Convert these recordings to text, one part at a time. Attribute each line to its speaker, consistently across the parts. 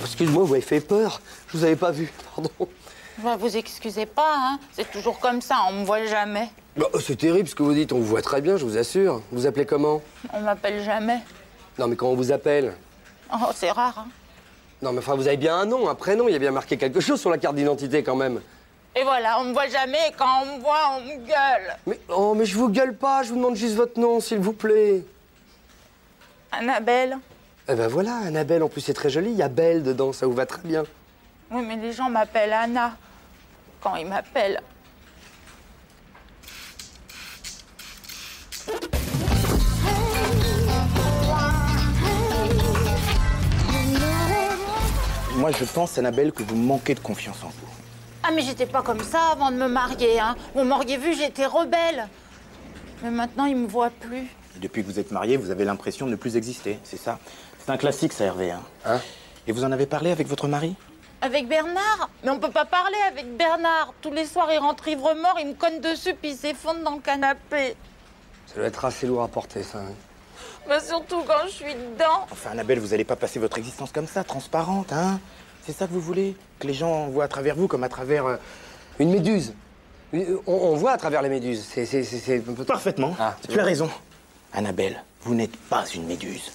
Speaker 1: Excuse-moi, vous m'avez fait peur. Je vous avais pas vu, pardon.
Speaker 2: Bah, vous excusez pas, hein. c'est toujours comme ça, on me voit jamais.
Speaker 1: Bah, c'est terrible ce que vous dites. On vous voit très bien, je vous assure. Vous appelez comment
Speaker 2: On m'appelle jamais.
Speaker 1: Non, mais quand on vous appelle
Speaker 2: Oh, c'est rare. hein.
Speaker 1: Non, mais enfin, vous avez bien un nom, un prénom. Il y a bien marqué quelque chose sur la carte d'identité quand même.
Speaker 2: Et voilà, on me voit jamais, et quand on me voit, on me gueule.
Speaker 1: Mais oh, mais je vous gueule pas. Je vous demande juste votre nom, s'il vous plaît.
Speaker 2: Annabelle
Speaker 1: Eh ben voilà, Annabelle. En plus, c'est très joli. Il y a Belle dedans. Ça vous va très bien.
Speaker 2: Oui, mais les gens m'appellent Anna quand ils m'appellent.
Speaker 3: Moi, je pense, Annabelle, que vous manquez de confiance en vous.
Speaker 2: Ah, mais j'étais pas comme ça avant de me marier. Hein. Vous m'auriez vu, j'étais rebelle. Mais maintenant, ils me voient plus.
Speaker 3: Depuis que vous êtes mariés, vous avez l'impression de ne plus exister, c'est ça C'est un classique, ça, Hervé. Hein
Speaker 1: Hein
Speaker 3: Et vous en avez parlé avec votre mari
Speaker 2: Avec Bernard Mais on peut pas parler avec Bernard. Tous les soirs, il rentre ivre mort, il me cogne dessus, puis il s'effondre dans le canapé.
Speaker 1: Ça doit être assez lourd à porter, ça. hein.
Speaker 2: Bah, surtout quand je suis dedans.
Speaker 3: Enfin, Annabelle, vous allez pas passer votre existence comme ça, transparente, hein C'est ça que vous voulez Que les gens voient à travers vous comme à travers... euh,
Speaker 1: Une méduse. Une- On, on voit à travers les méduses. C'est, c'est, c'est, c'est un peu-
Speaker 3: Parfaitement.
Speaker 1: Ah,
Speaker 3: tu as raison. Annabelle, vous n'êtes pas une méduse.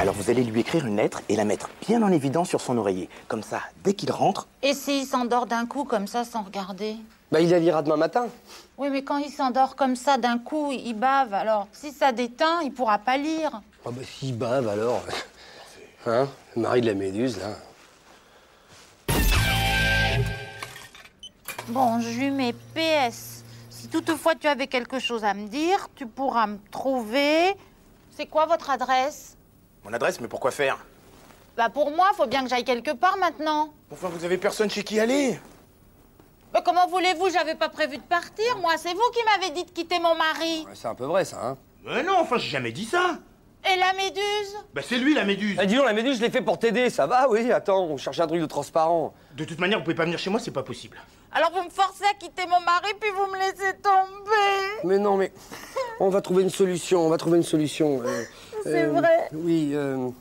Speaker 3: Alors vous allez lui écrire une lettre et la mettre bien en évidence sur son oreiller. Comme ça, dès qu'il rentre,
Speaker 2: Et s'il s'endort d'un coup, comme ça, sans regarder
Speaker 1: Bah, il la lira demain matin.
Speaker 2: Oui, mais quand il s'endort comme ça d'un coup, il bave. Alors, si ça déteint, il pourra pas lire.
Speaker 1: Ah bah si bave alors. Hein Le mari de la méduse, là.
Speaker 2: Bon, je lui mets PS. Si toutefois tu avais quelque chose à me dire, tu pourras me trouver. C'est quoi votre adresse
Speaker 3: mon adresse, mais pourquoi faire
Speaker 2: Bah pour moi, faut bien que j'aille quelque part maintenant.
Speaker 3: Enfin, vous avez personne chez qui aller
Speaker 2: Mais comment voulez-vous J'avais pas prévu de partir. Moi, c'est vous qui m'avez dit de quitter mon mari.
Speaker 1: Ouais, c'est un peu vrai, ça, hein
Speaker 4: Mais non, enfin, j'ai jamais dit ça
Speaker 2: Et la méduse
Speaker 4: Bah, c'est lui, la méduse
Speaker 1: Eh, dis donc, la méduse, je l'ai fait pour t'aider, ça va, oui, attends, on cherche un truc de transparent.
Speaker 3: Eh,
Speaker 4: De toute manière, vous pouvez pas venir chez moi, c'est pas possible.
Speaker 2: Alors vous me forcez à quitter mon mari, puis vous me laissez tomber.
Speaker 1: Mais non, mais on va trouver une solution, on va trouver une solution. euh,
Speaker 2: C'est
Speaker 1: euh,
Speaker 2: vrai.
Speaker 1: Oui, euh, vous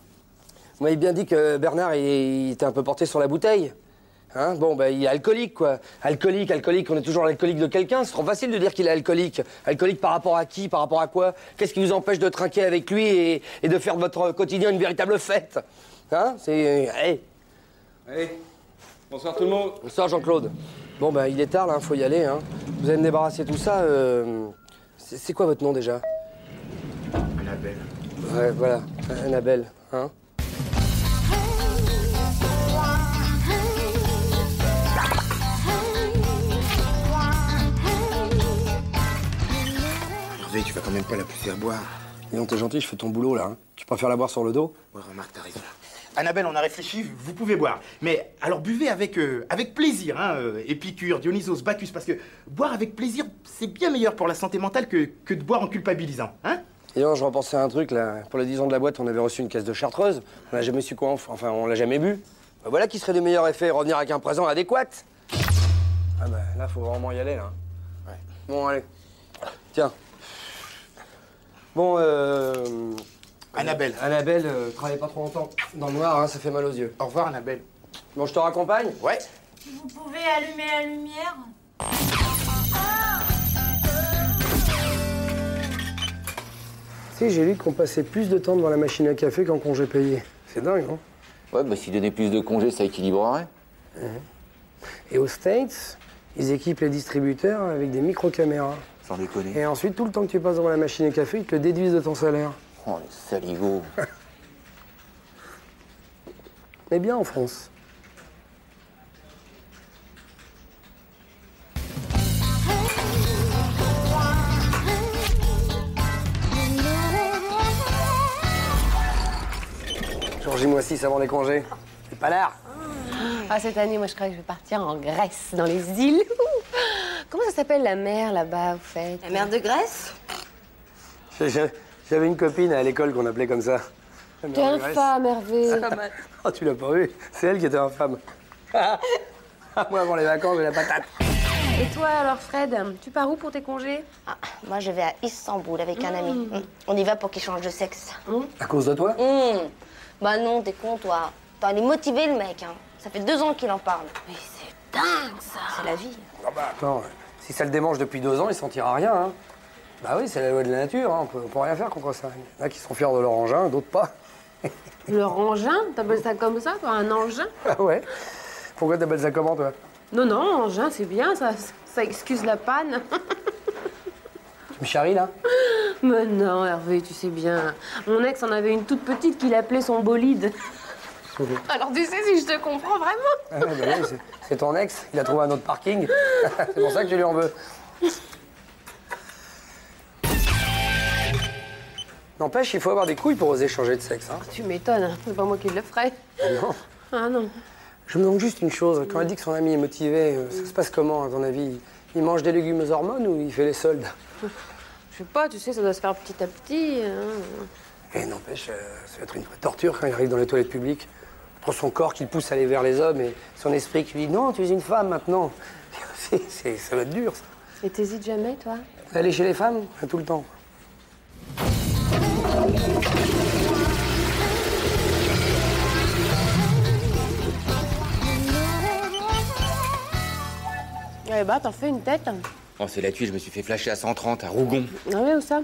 Speaker 1: m'avez bien dit que Bernard, il, il était un peu porté sur la bouteille. Hein bon, bah, il est alcoolique, quoi. Alcoolique, alcoolique, on est toujours l'alcoolique de quelqu'un. C'est trop facile de dire qu'il est alcoolique. Alcoolique par rapport à qui, par rapport à quoi Qu'est-ce qui vous empêche de trinquer avec lui et, et de faire de votre quotidien une véritable fête Hein C'est... hey,
Speaker 5: Allez, bonsoir tout le monde.
Speaker 1: Bonsoir Jean-Claude. Bon bah il est tard là, faut y aller. Hein. Vous allez me débarrasser tout ça. euh, C'est c'est quoi votre nom déjà
Speaker 4: Annabelle.
Speaker 1: Ouais, voilà, Annabelle. Hein
Speaker 3: Hervé, tu vas quand même pas la pousser à boire.
Speaker 1: Dis donc, t'es gentil, je fais ton boulot là. hein. Tu préfères la boire sur le dos
Speaker 3: Ouais, remarque, t'as raison.
Speaker 4: Annabelle, on a réfléchi, vous pouvez boire. Mais alors buvez avec, euh, avec plaisir, hein, euh, Épicure, Dionysos, Bacchus, parce que boire avec plaisir, c'est bien meilleur pour la santé mentale que, que de boire en culpabilisant, hein
Speaker 1: Et non, je repensais à un truc là. Pour les 10 ans de la boîte, on avait reçu une caisse de chartreuse. On l'a jamais su quoi, en f- enfin on l'a jamais bu. Bah, voilà qui serait des meilleurs effets, revenir avec un présent adéquat. Ah bah là, faut vraiment y aller là. Bon, allez. Tiens. Bon, euh.
Speaker 4: Annabelle.
Speaker 1: Annabelle, euh, travaille pas trop longtemps. Dans le noir, hein, ça fait mal aux yeux.
Speaker 4: Au revoir, Annabelle.
Speaker 1: Bon, je te raccompagne
Speaker 4: Ouais
Speaker 2: Vous pouvez allumer la lumière
Speaker 1: Tu sais, j'ai lu qu'on passait plus de temps devant la machine à café qu'en congé payé. C'est dingue, hein. non
Speaker 5: Ouais, bah s'il donnait plus de congés, ça équilibrerait.
Speaker 1: Et aux States, ils équipent les distributeurs avec des micro-caméras.
Speaker 5: Sans déconner.
Speaker 1: Et ensuite, tout le temps que tu passes devant la machine à café, ils te le déduisent de ton salaire.
Speaker 5: Oh, les saligots.
Speaker 1: On est bien en France. J-6 avant les congés. C'est pas l'art.
Speaker 6: Ah, cette année, moi, je crois que je vais partir en Grèce, dans les îles. Ouh. Comment ça s'appelle la mer là-bas, au fait
Speaker 7: La mer de Grèce
Speaker 1: J'ai- j'ai- J'avais une copine à l'école qu'on appelait comme ça. Ah, La
Speaker 6: T'es
Speaker 1: mère de Grèce.
Speaker 6: infâme, Hervé.
Speaker 7: Pas mal.
Speaker 1: Oh, tu l'as pas vu C'est elle qui était infâme. Ah, Moi, avant les vacances, j'ai la patate.
Speaker 6: Et toi, alors, Fred, tu pars où pour tes congés
Speaker 7: Ah, moi, je vais à Istanbul avec un ami. Mm. On y va pour qu'il change de sexe.
Speaker 1: À cause de toi
Speaker 7: Mm. Bah non, t'es con, toi. T'as allé motiver le mec, hein. Ça fait deux ans qu'il en parle. Mais c'est dingue, ça C'est la vie.
Speaker 1: Ah bah attends, si ça le démange depuis deux ans, il sentira rien. hein. Bah oui, c'est la loi de la nature, hein, on, peut, on peut rien faire contre ça. Il y en a qui sont fiers de leur engin, d'autres pas.
Speaker 6: Leur engin T'appelles ça comme ça, toi Un engin
Speaker 1: Ah ouais Pourquoi t'appelles ça comment, toi
Speaker 6: Non, non, engin, c'est bien, ça, ça excuse la panne.
Speaker 1: Tu me charries, là
Speaker 6: Mais non, Hervé, tu sais bien. Mon ex en avait une toute petite qu'il appelait son bolide. Alors, tu sais si je te comprends vraiment
Speaker 1: Ah ouais, bah oui, c'est- C'est ton ex, il a trouvé un autre parking. c'est pour ça que tu lui en veux. N'empêche, il faut avoir des couilles pour oser changer de sexe. hein.
Speaker 6: Tu m'étonnes, c'est pas moi qui le ferais.
Speaker 1: Non.
Speaker 6: Ah non.
Speaker 1: Je me demande juste une chose. Quand elle dit que son ami est motivé, euh, ça se passe comment, à ton avis Il mange des légumes aux hormones ou il fait les soldes
Speaker 6: Je sais pas, tu sais, ça doit se faire petit à petit. hein.
Speaker 1: Et n'empêche, euh, ça va être une vraie torture quand il arrive dans les toilettes publiques. Pour son corps qui le pousse à aller vers les hommes et son esprit qui lui dit Non, tu es une femme maintenant. C'est- c'est- ça va être dur, ça.
Speaker 6: Et t'hésites jamais, toi
Speaker 1: Aller chez les femmes, euh, tout le temps.
Speaker 6: Eh bah, t'en fais une tête. Ah
Speaker 5: Oh, c'est la tuile, je me suis fait flasher à 130 à Rougon.
Speaker 6: ouais, où ça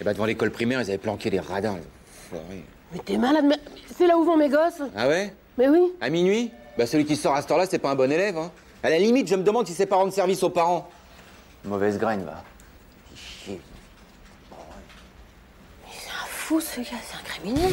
Speaker 5: Et bah, devant l'école primaire, ils avaient planqué les radins. les foirés.
Speaker 6: Mais t'es malade, mais c'est là où vont mes gosses.
Speaker 5: Ah ouais
Speaker 6: Mais oui.
Speaker 5: À minuit Bah, celui qui sort à cette heure-là, c'est pas un bon élève. Hein. À la limite, je me demande si c'est pas rendre service aux parents. Mauvaise graine, va.
Speaker 6: Fou ce gars, c'est un criminel.